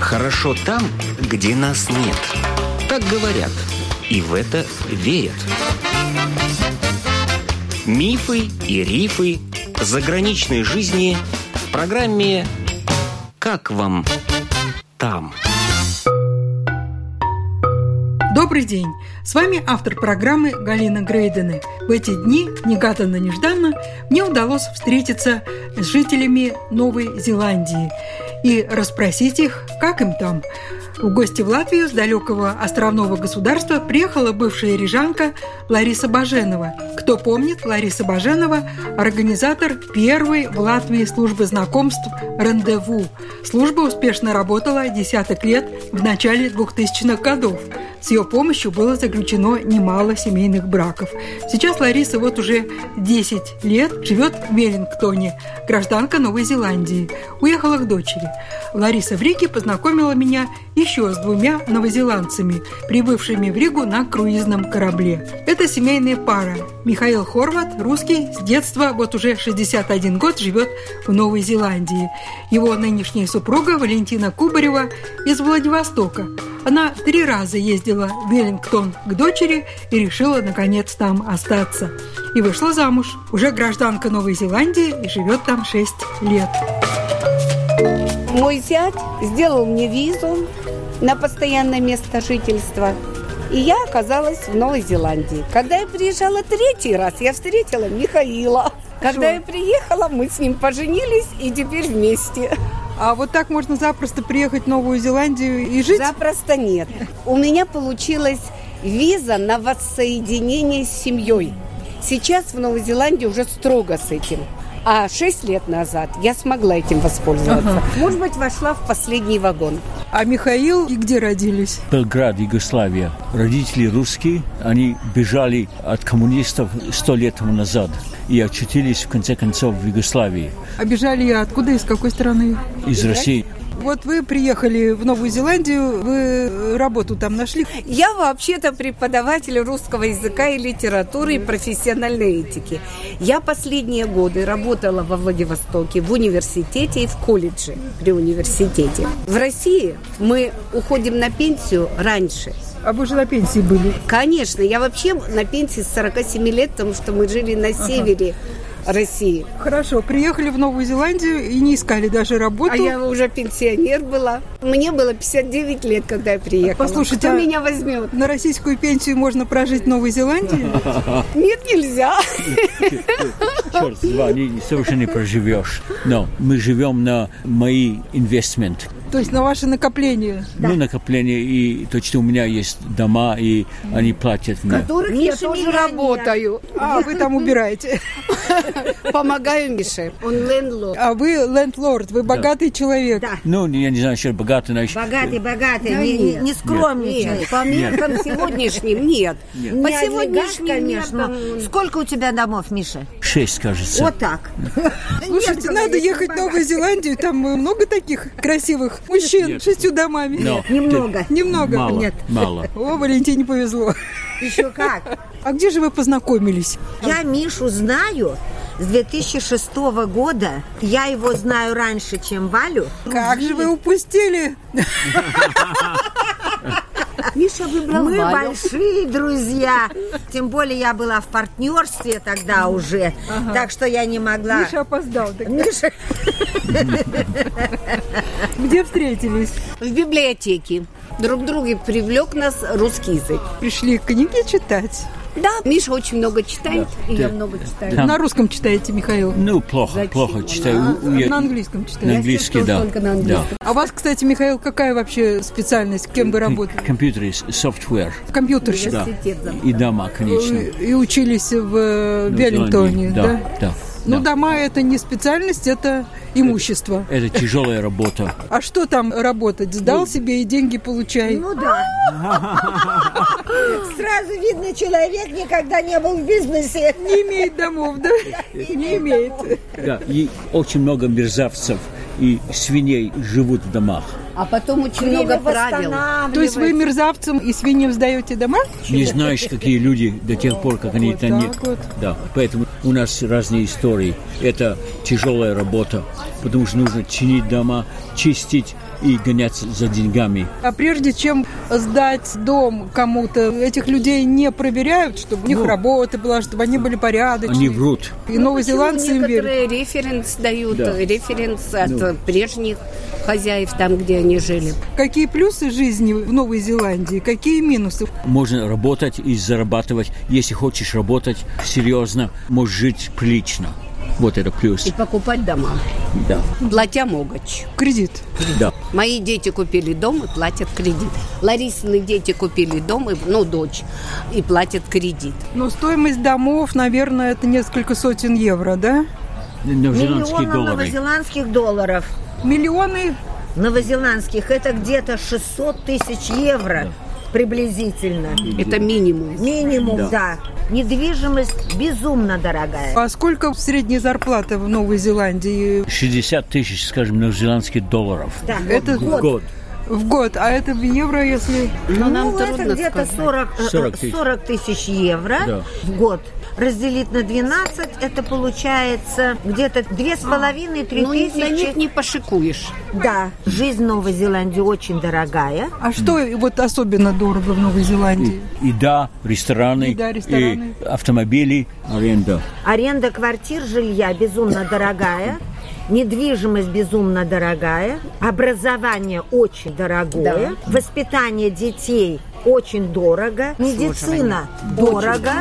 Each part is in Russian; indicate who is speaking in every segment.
Speaker 1: хорошо там, где нас нет. Так говорят, и в это верят. Мифы и рифы заграничной жизни в программе «Как вам там?».
Speaker 2: Добрый день! С вами автор программы Галина Грейдены. В эти дни, негаданно-нежданно, мне удалось встретиться с жителями Новой Зеландии и расспросить их, как им там. В гости в Латвию с далекого островного государства приехала бывшая рижанка Лариса Баженова. Кто помнит, Лариса Баженова – организатор первой в Латвии службы знакомств «Рандеву». Служба успешно работала десяток лет в начале 2000-х годов. С ее помощью было заключено немало семейных браков. Сейчас Лариса вот уже 10 лет живет в Веллингтоне, гражданка Новой Зеландии. Уехала к дочери. Лариса в Риге познакомила меня еще с двумя новозеландцами, прибывшими в Ригу на круизном корабле. Это семейная пара. Михаил Хорват, русский, с детства вот уже 61 год живет в Новой Зеландии. Его нынешняя супруга Валентина Кубарева из Владивостока. Она три раза ездила в Веллингтон к дочери и решила, наконец, там остаться. И вышла замуж. Уже гражданка Новой Зеландии и живет там 6 лет.
Speaker 3: Мой зять сделал мне визу на постоянное место жительства. И я оказалась в Новой Зеландии. Когда я приезжала третий раз, я встретила Михаила. Когда я приехала, мы с ним поженились и теперь вместе.
Speaker 2: А вот так можно запросто приехать в Новую Зеландию и жить?
Speaker 3: Запросто нет. У меня получилась виза на воссоединение с семьей. Сейчас в Новой Зеландии уже строго с этим. А 6 лет назад я смогла этим воспользоваться.
Speaker 2: Ага.
Speaker 3: Может быть, вошла в последний вагон.
Speaker 2: А Михаил и где родились?
Speaker 4: Белград, Югославия. Родители русские, они бежали от коммунистов сто лет тому назад и очутились в конце концов в Югославии
Speaker 2: Обижали я откуда и с какой страны?
Speaker 4: из России.
Speaker 2: Вот вы приехали в Новую Зеландию, вы э, работу там нашли.
Speaker 3: Я вообще-то преподаватель русского языка и литературы и профессиональной этики. Я последние годы работала во Владивостоке в университете и в колледже при университете. В России мы уходим на пенсию раньше.
Speaker 2: А вы же на пенсии были.
Speaker 3: Конечно, я вообще на пенсии с 47 лет, потому что мы жили на севере России.
Speaker 2: Хорошо, приехали в Новую Зеландию и не искали даже работу.
Speaker 3: А я уже пенсионер была. Мне было 59 лет, когда я приехала.
Speaker 2: Послушайте, а-
Speaker 3: Кто меня возьмет?
Speaker 2: На российскую пенсию можно прожить в Новой Зеландии?
Speaker 3: Нет, нельзя.
Speaker 4: Черт, два, не- совершенно не проживешь. Но мы живем на мои инвестмент.
Speaker 2: То есть на ваши накопления?
Speaker 4: Ну, накопление, и точно у меня есть дома, и они платят мне.
Speaker 3: я тоже работаю.
Speaker 2: А, вы там убираете.
Speaker 3: Помогаю Мише. Он лендлорд.
Speaker 2: А вы лендлорд, вы богатый человек.
Speaker 5: Да.
Speaker 4: Ну, я не знаю, что богатый, но еще-
Speaker 5: Богатый, богатый, не, не- не скромничай.
Speaker 3: Нет, по меркам сегодняшним нет.
Speaker 5: Не
Speaker 3: По
Speaker 5: олигарх,
Speaker 3: сегодняшним
Speaker 5: конечно.
Speaker 3: меркам
Speaker 5: Сколько у тебя домов, Миша?
Speaker 4: шесть, кажется.
Speaker 5: Вот так.
Speaker 2: Слушайте,
Speaker 5: Нет,
Speaker 2: надо
Speaker 5: говорит,
Speaker 2: ехать в
Speaker 5: богатый.
Speaker 2: Новую Зеландию, там э, много таких красивых мужчин с шестью домами.
Speaker 4: Но
Speaker 5: Немного.
Speaker 4: ты-
Speaker 2: Немного.
Speaker 4: Мало,
Speaker 5: Нет.
Speaker 4: мало.
Speaker 2: О, Валентине повезло.
Speaker 5: Еще как.
Speaker 2: А где же вы познакомились?
Speaker 5: Я Мишу знаю с 2006 года. Я его знаю раньше, чем Валю.
Speaker 2: Как же вы упустили?
Speaker 3: Миша выбрал
Speaker 5: Мы
Speaker 3: Валю.
Speaker 5: большие друзья. Тем более я была в партнерстве тогда уже. Так что я не могла.
Speaker 2: Миша опоздал. Так
Speaker 5: Миша,
Speaker 2: Где встретились?
Speaker 3: В библиотеке. Друг друга привлек нас русский язык.
Speaker 2: Пришли книги читать.
Speaker 3: Да, Миша очень много читает, и я
Speaker 4: Да.
Speaker 3: много читаю.
Speaker 4: Да.
Speaker 2: На русском читаете, Михаил?
Speaker 4: Ну, плохо, плохо читаю. Я-
Speaker 2: А, На английском
Speaker 4: на
Speaker 2: читаете.
Speaker 4: английский,
Speaker 3: тоже
Speaker 4: да.
Speaker 3: только на английском.
Speaker 2: А у вас, кстати, Михаил, какая вообще специальность? Кем вы
Speaker 4: Да.
Speaker 2: работали?
Speaker 4: Компьютеры, софтвер.
Speaker 2: Компьютерщик.
Speaker 4: Да.
Speaker 3: Университет забрал.
Speaker 4: И дома, конечно.
Speaker 2: Вы И учились в э,
Speaker 4: Ну,
Speaker 2: Веллингтоне,
Speaker 4: да?
Speaker 2: да?
Speaker 4: Да.
Speaker 2: Ну,
Speaker 4: да.
Speaker 2: дома это не специальность, это имущество.
Speaker 4: Это тяжелая работа.
Speaker 2: А что там работать?
Speaker 4: Ну.
Speaker 2: Сдал себе и деньги получай.
Speaker 5: Ну да. Сразу видно, человек никогда не был в бизнесе.
Speaker 2: Не имеет домов, да? Не имеет.
Speaker 4: Да. И очень много мерзавцев и свиней живут в домах.
Speaker 3: А потом очень много правил.
Speaker 2: То есть вы мерзавцам и свиньям сдаете дома?
Speaker 4: Не знаешь, какие люди до тех пор, как они
Speaker 2: Вот
Speaker 4: там нет.
Speaker 2: так вот.
Speaker 4: Да. Поэтому у нас разные истории. Это тяжелая работа, потому что нужно чинить дома, чистить, и гоняться за деньгами.
Speaker 2: А прежде чем сдать дом кому-то, этих людей не проверяют, чтобы у них
Speaker 4: Ну,
Speaker 2: работа была, чтобы они были порядочны.
Speaker 4: Они врут.
Speaker 2: И новозеландцы им верят.
Speaker 3: Ну, Некоторые референс дают,
Speaker 4: Да. Ну.
Speaker 3: референс от э, прежних хозяев, там, где они жили.
Speaker 2: Какие плюсы жизни в Новой Зеландии, какие минусы?
Speaker 4: Можно работать и зарабатывать. Если хочешь работать серьезно, можешь жить прилично. Вот это плюс.
Speaker 3: И покупать дома.
Speaker 4: Да.
Speaker 3: Платя могоч.
Speaker 2: Кредит.
Speaker 4: Да.
Speaker 3: Мои дети купили дом и платят кредит. Ларисины дети купили дом, и, ну, дочь, и платят кредит.
Speaker 2: Но стоимость домов, наверное, это несколько сотен евро, да?
Speaker 4: Новозеландские
Speaker 5: Миллионы
Speaker 4: доллары.
Speaker 5: новозеландских долларов.
Speaker 2: Миллионы
Speaker 5: Новозеландских. Это где-то 600 тысяч евро приблизительно.
Speaker 3: Это минимум.
Speaker 5: Минимум, да. Недвижимость безумно дорогая.
Speaker 2: А сколько средняя зарплата в Новой Зеландии
Speaker 4: 60 тысяч, скажем, новозеландских долларов.
Speaker 5: Да,
Speaker 3: Э,
Speaker 2: Это
Speaker 5: в год.
Speaker 4: Год.
Speaker 2: в год? А это в евро, если...
Speaker 3: Но нам
Speaker 5: ну, это
Speaker 3: трудно
Speaker 5: где-то
Speaker 3: сказать.
Speaker 5: 40, э,
Speaker 4: 40 тысяч.
Speaker 5: 40 тысяч евро
Speaker 4: Да.
Speaker 5: в год. Разделить на 12, это получается где-то 2,5-3
Speaker 3: Ну,
Speaker 5: тысячи.
Speaker 3: на них не пошикуешь.
Speaker 5: Да, жизнь в Новой Зеландии очень дорогая.
Speaker 2: А что вот особенно дорого в Новой Зеландии?
Speaker 4: И да, рестораны,
Speaker 2: Еда, рестораны.
Speaker 4: и автомобили, аренда.
Speaker 5: Аренда квартир, жилья безумно дорогая. Недвижимость безумно дорогая, образование очень дорогое, воспитание детей очень дорого, медицина дорого.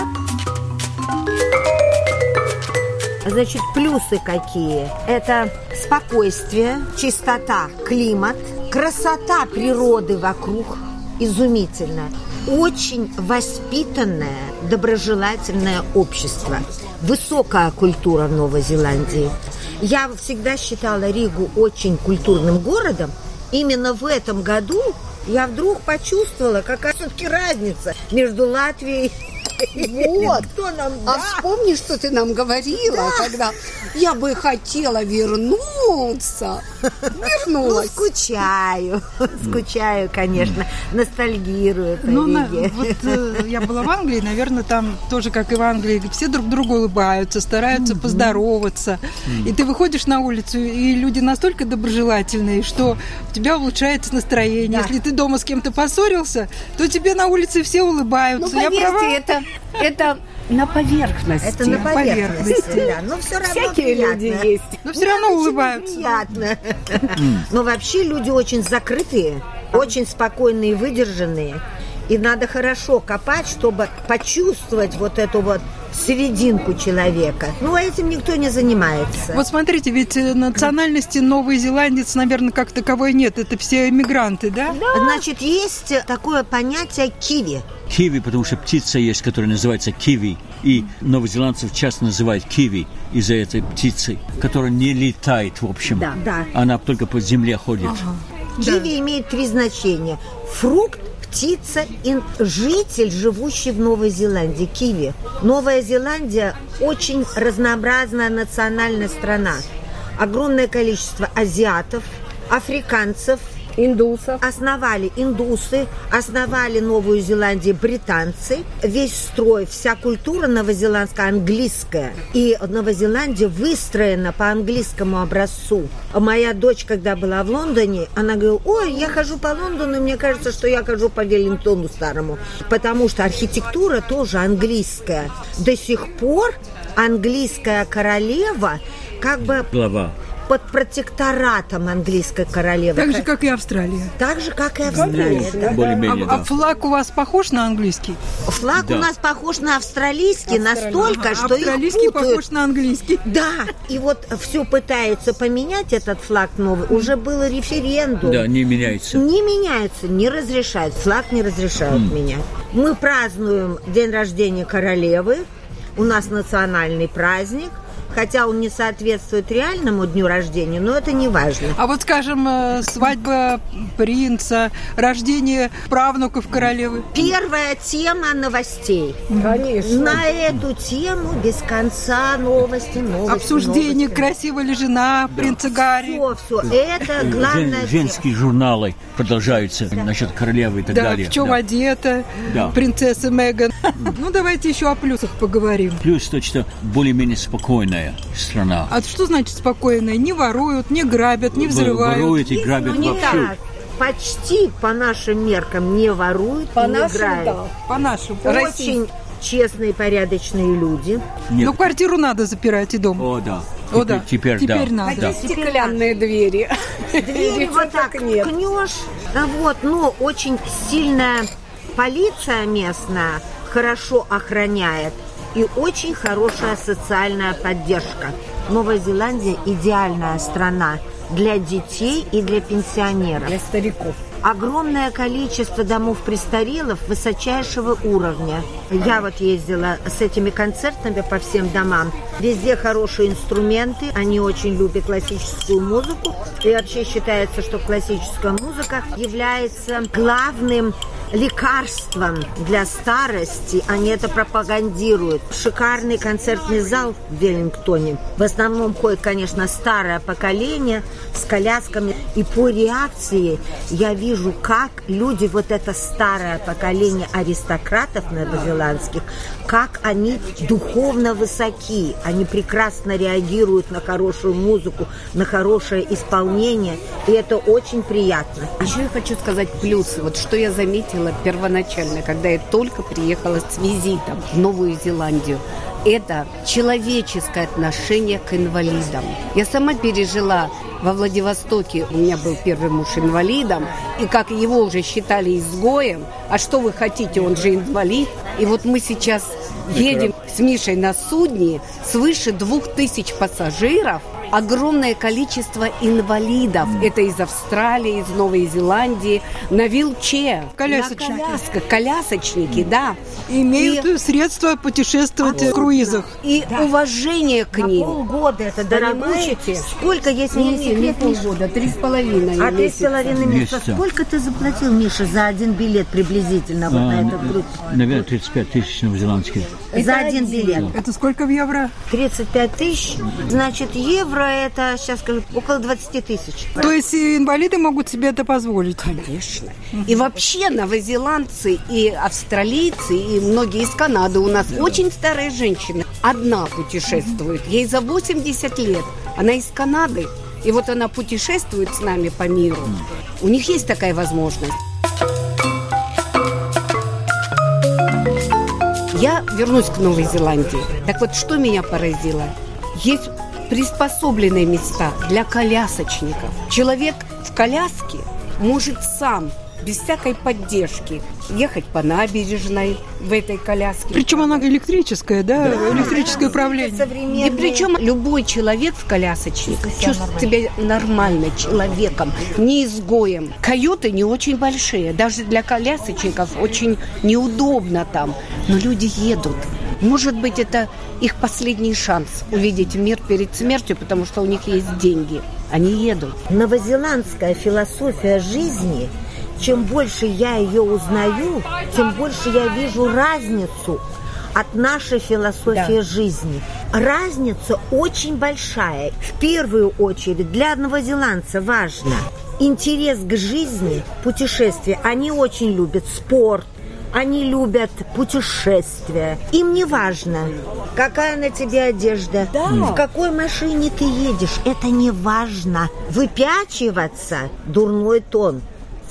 Speaker 5: Значит, плюсы какие? Это спокойствие, чистота, климат, красота природы вокруг изумительная. Очень воспитанное, доброжелательное общество. Высокая культура в Новой Зеландии. Я всегда считала Ригу очень культурным городом. Именно в этом году я вдруг почувствовала, какая все-таки разница между Латвией
Speaker 3: Вот.
Speaker 5: и кто нам
Speaker 3: А
Speaker 5: даст.
Speaker 3: вспомни, что ты нам говорила, когда я бы хотела вернуться.
Speaker 5: Ну,
Speaker 3: Вернулась.
Speaker 5: скучаю, скучаю, конечно, ностальгирую по
Speaker 2: Ну, на-
Speaker 5: Риге.
Speaker 2: вот э, я была в Англии, наверное, там тоже, как и в Англии, все друг другу улыбаются, стараются поздороваться. И ты выходишь на улицу, и люди настолько доброжелательные, что у тебя улучшается настроение.
Speaker 5: Да.
Speaker 2: Если ты дома с кем-то поссорился, то тебе на улице все
Speaker 3: Ну,
Speaker 2: улыбаются. я права?
Speaker 3: поверьте, это, это на поверхности.
Speaker 5: Это на поверхности,
Speaker 2: поверхности.
Speaker 5: да, но все равно
Speaker 3: Всякие
Speaker 5: приятно.
Speaker 3: люди есть.
Speaker 2: Но все Ну, равно
Speaker 5: Очень
Speaker 2: улыбаются.
Speaker 5: Приятно. Но вообще люди очень закрытые, очень спокойные, выдержанные. И надо хорошо копать, чтобы почувствовать вот эту вот серединку человека. Ну, а этим никто не занимается.
Speaker 2: Вот смотрите, ведь э, национальности Новой Зеландец, наверное, как таковой нет. Это все эмигранты, да?
Speaker 5: Значит, есть такое понятие киви.
Speaker 4: Киви, потому что птица есть, которая называется киви. И новозеландцев часто называют киви из-за этой птицы, которая не летает, в общем.
Speaker 5: Да, да.
Speaker 4: Она только по земле ходит.
Speaker 5: Киви имеет три значения. Фрукт, птица и житель, живущий в Новой Зеландии. Киви. Новая Зеландия очень разнообразная национальная страна. Огромное количество азиатов, африканцев,
Speaker 3: Индусов.
Speaker 5: основали индусы, основали Новую Зеландию британцы. Весь строй, вся культура новозеландская английская. И Новозеландия выстроена по английскому образцу. Моя дочь, когда была в Лондоне, она говорила, ой, я хожу по Лондону, и мне кажется, что я хожу по Веллингтону старому. Потому что архитектура тоже английская. До сих пор английская королева как бы
Speaker 4: Глава.
Speaker 5: под протекторатом английской королевы.
Speaker 2: Так же, как и Австралия.
Speaker 5: Так же, как и Австралия. да.
Speaker 4: Более-менее,
Speaker 2: А, а
Speaker 4: да.
Speaker 2: флаг у вас похож на английский?
Speaker 5: Флаг
Speaker 4: Да.
Speaker 5: у нас похож на австралийский настолько,
Speaker 2: Ага,
Speaker 5: что их
Speaker 2: австралийский
Speaker 5: путают.
Speaker 2: похож на английский.
Speaker 5: Да, и вот все пытаются поменять этот флаг новый. Уже был референдум.
Speaker 4: Да, не меняется.
Speaker 5: Не меняются, не разрешают. Флаг не разрешают менять. Мы празднуем день рождения королевы. У нас национальный праздник. Хотя он не соответствует реальному дню рождения, но это не важно.
Speaker 2: А вот, скажем, э, свадьба принца, рождение правнуков королевы.
Speaker 5: Первая тема новостей.
Speaker 3: Конечно.
Speaker 5: На эту тему без конца новости, новости,
Speaker 2: Обсуждение,
Speaker 5: новости.
Speaker 2: красиво ли жена принца Гарри.
Speaker 5: Все, все. Это главное.
Speaker 4: Жен- женские журналы продолжаются насчет королевы и так
Speaker 2: Да,
Speaker 4: далее.
Speaker 2: в чем
Speaker 4: да.
Speaker 2: одета
Speaker 4: Да.
Speaker 2: принцесса Меган. Ну, давайте еще о плюсах поговорим.
Speaker 4: Плюс то, что более-менее спокойно. спокойная страна.
Speaker 2: А что значит спокойная? Не воруют, не грабят, не взрывают.
Speaker 4: Воруют и грабят
Speaker 5: Ну, не
Speaker 4: вовсю.
Speaker 5: так. Почти по нашим меркам не воруют,
Speaker 3: По
Speaker 5: не
Speaker 3: нашим,
Speaker 5: играют.
Speaker 3: да.
Speaker 2: По-нашему.
Speaker 3: Россия.
Speaker 5: Очень честные, порядочные люди.
Speaker 4: Нет.
Speaker 2: Но квартиру надо запирать и дом.
Speaker 4: О, да.
Speaker 2: Ну, О, да.
Speaker 4: Теперь,
Speaker 2: Теперь
Speaker 4: да.
Speaker 2: надо.
Speaker 4: да.
Speaker 3: Есть стеклянные двери.
Speaker 5: Двери вот так
Speaker 3: нет.
Speaker 5: ткнешь. А Вот, но очень сильно полиция местная хорошо охраняет. И очень хорошая социальная поддержка. Новая Зеландия – идеальная страна для детей и для пенсионеров.
Speaker 3: Для стариков.
Speaker 5: Огромное количество домов престарелых высочайшего уровня. Я вот ездила с этими концертами по всем домам. Везде хорошие инструменты, они очень любят классическую музыку. И вообще считается, что классическая музыка является главным лекарством для старости. Они это пропагандируют. Шикарный концертный зал в Веллингтоне. В основном ходит, конечно, старое поколение с колясками. И по реакции я вижу, как люди, вот это старое поколение аристократов новозеландских, как они духовно высоки. Они прекрасно реагируют на хорошую музыку, на хорошее исполнение. И это очень приятно.
Speaker 3: Еще я хочу сказать плюсы. Вот что я заметила первоначально, когда я только приехала с визитом в Новую Зеландию. Это человеческое отношение к инвалидам. Я сама пережила во Владивостоке, у меня был первый муж инвалидом, и как его уже считали изгоем, а что вы хотите, он же инвалид. И вот мы сейчас едем с Мишей на судне, свыше двух тысяч пассажиров, огромное количество инвалидов. Это из Австралии, из Новой Зеландии, на вилче.
Speaker 2: Колясочники.
Speaker 3: На колясках, колясочники, да.
Speaker 2: Имеют
Speaker 3: И-
Speaker 2: средства путешествовать
Speaker 5: А
Speaker 2: в круизах.
Speaker 3: и уважение к
Speaker 5: На
Speaker 3: ним.
Speaker 5: полгода это дорогой.
Speaker 3: Понимаете?
Speaker 5: Сколько, если не, секрет, Миша?
Speaker 3: три с половиной
Speaker 5: А три с половиной месяца.
Speaker 4: Месяца.
Speaker 5: Сколько ты заплатил, Миша, за один билет приблизительно вот
Speaker 4: А,
Speaker 5: на этот
Speaker 4: н-
Speaker 5: груз?
Speaker 4: Наверное, 35 тысяч новозеландских.
Speaker 5: За один билет.
Speaker 2: Это сколько в евро?
Speaker 5: 35 тысяч. Значит, евро это, сейчас скажу, около 20 тысяч.
Speaker 2: То есть и инвалиды могут себе это позволить.
Speaker 3: Конечно. И вообще новозеландцы и австралийцы, и многие из Канады у нас очень старые женщины. Одна путешествует. Ей за 80 лет. Она из Канады. И вот она путешествует с нами по миру. У них есть такая возможность. Я вернусь к Новой Зеландии. Так вот, что меня поразило? Есть приспособленные места для колясочников. Человек в коляске может сам, без всякой поддержки, ехать по набережной в этой коляске.
Speaker 2: Причем она электрическая, да? Электрическое управление.
Speaker 5: Современные.
Speaker 3: И причем любой человек в колясочнике чувствует себя нормально человеком, не изгоем. Каюты не очень большие, даже для колясочников очень неудобно там, но люди едут. Может быть, это их последний шанс увидеть мир перед смертью, потому что у них есть деньги. Они едут.
Speaker 5: новозеландская философия жизни, чем больше я ее узнаю, тем больше я вижу разницу от нашей философии
Speaker 3: Да.
Speaker 5: жизни. Разница очень большая. В первую очередь для новозеландца важно интерес к жизни, путешествия. Они очень любят спорт, они любят путешествия. Им не важно, какая на тебе одежда, в какой машине ты едешь. Это не важно. Выпячиваться – дурной тон.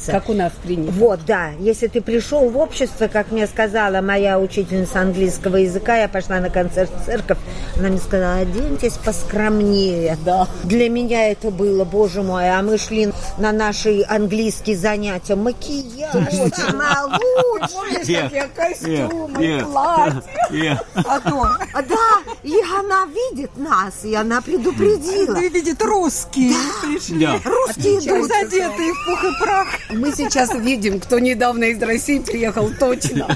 Speaker 3: Как у нас принято.
Speaker 5: Вот, да. Если ты пришел в общество, как мне сказала моя учительница английского языка, я пошла на концерт в церковь, она мне сказала, оденьтесь поскромнее. Да. Для меня это было, боже мой, а мы шли на наши английские занятия. Макияж, сама лучшая.
Speaker 4: Э,
Speaker 2: А то.
Speaker 5: А, Да, и она видит нас, и она предупредила.
Speaker 2: Ты видит русские.
Speaker 4: Да.
Speaker 5: Русские идут.
Speaker 2: Задетые в пух и прах.
Speaker 3: Мы сейчас видим, кто недавно из России приехал точно.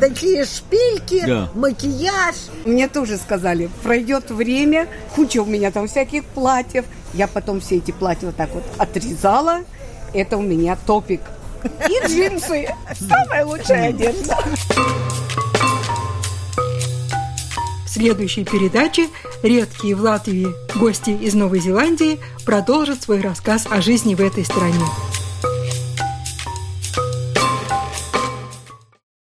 Speaker 5: Такие шпильки,
Speaker 4: Да.
Speaker 5: макияж.
Speaker 3: Ну, Мне тоже сказали, пройдет время, куча у меня там всяких платьев. Я потом все эти платья вот так вот отрезала. Это у меня топик. И джинсы. Самая лучшая одежда.
Speaker 2: В следующей передаче редкие в Латвии гости из Новой Зеландии продолжат свой рассказ о жизни в этой стране.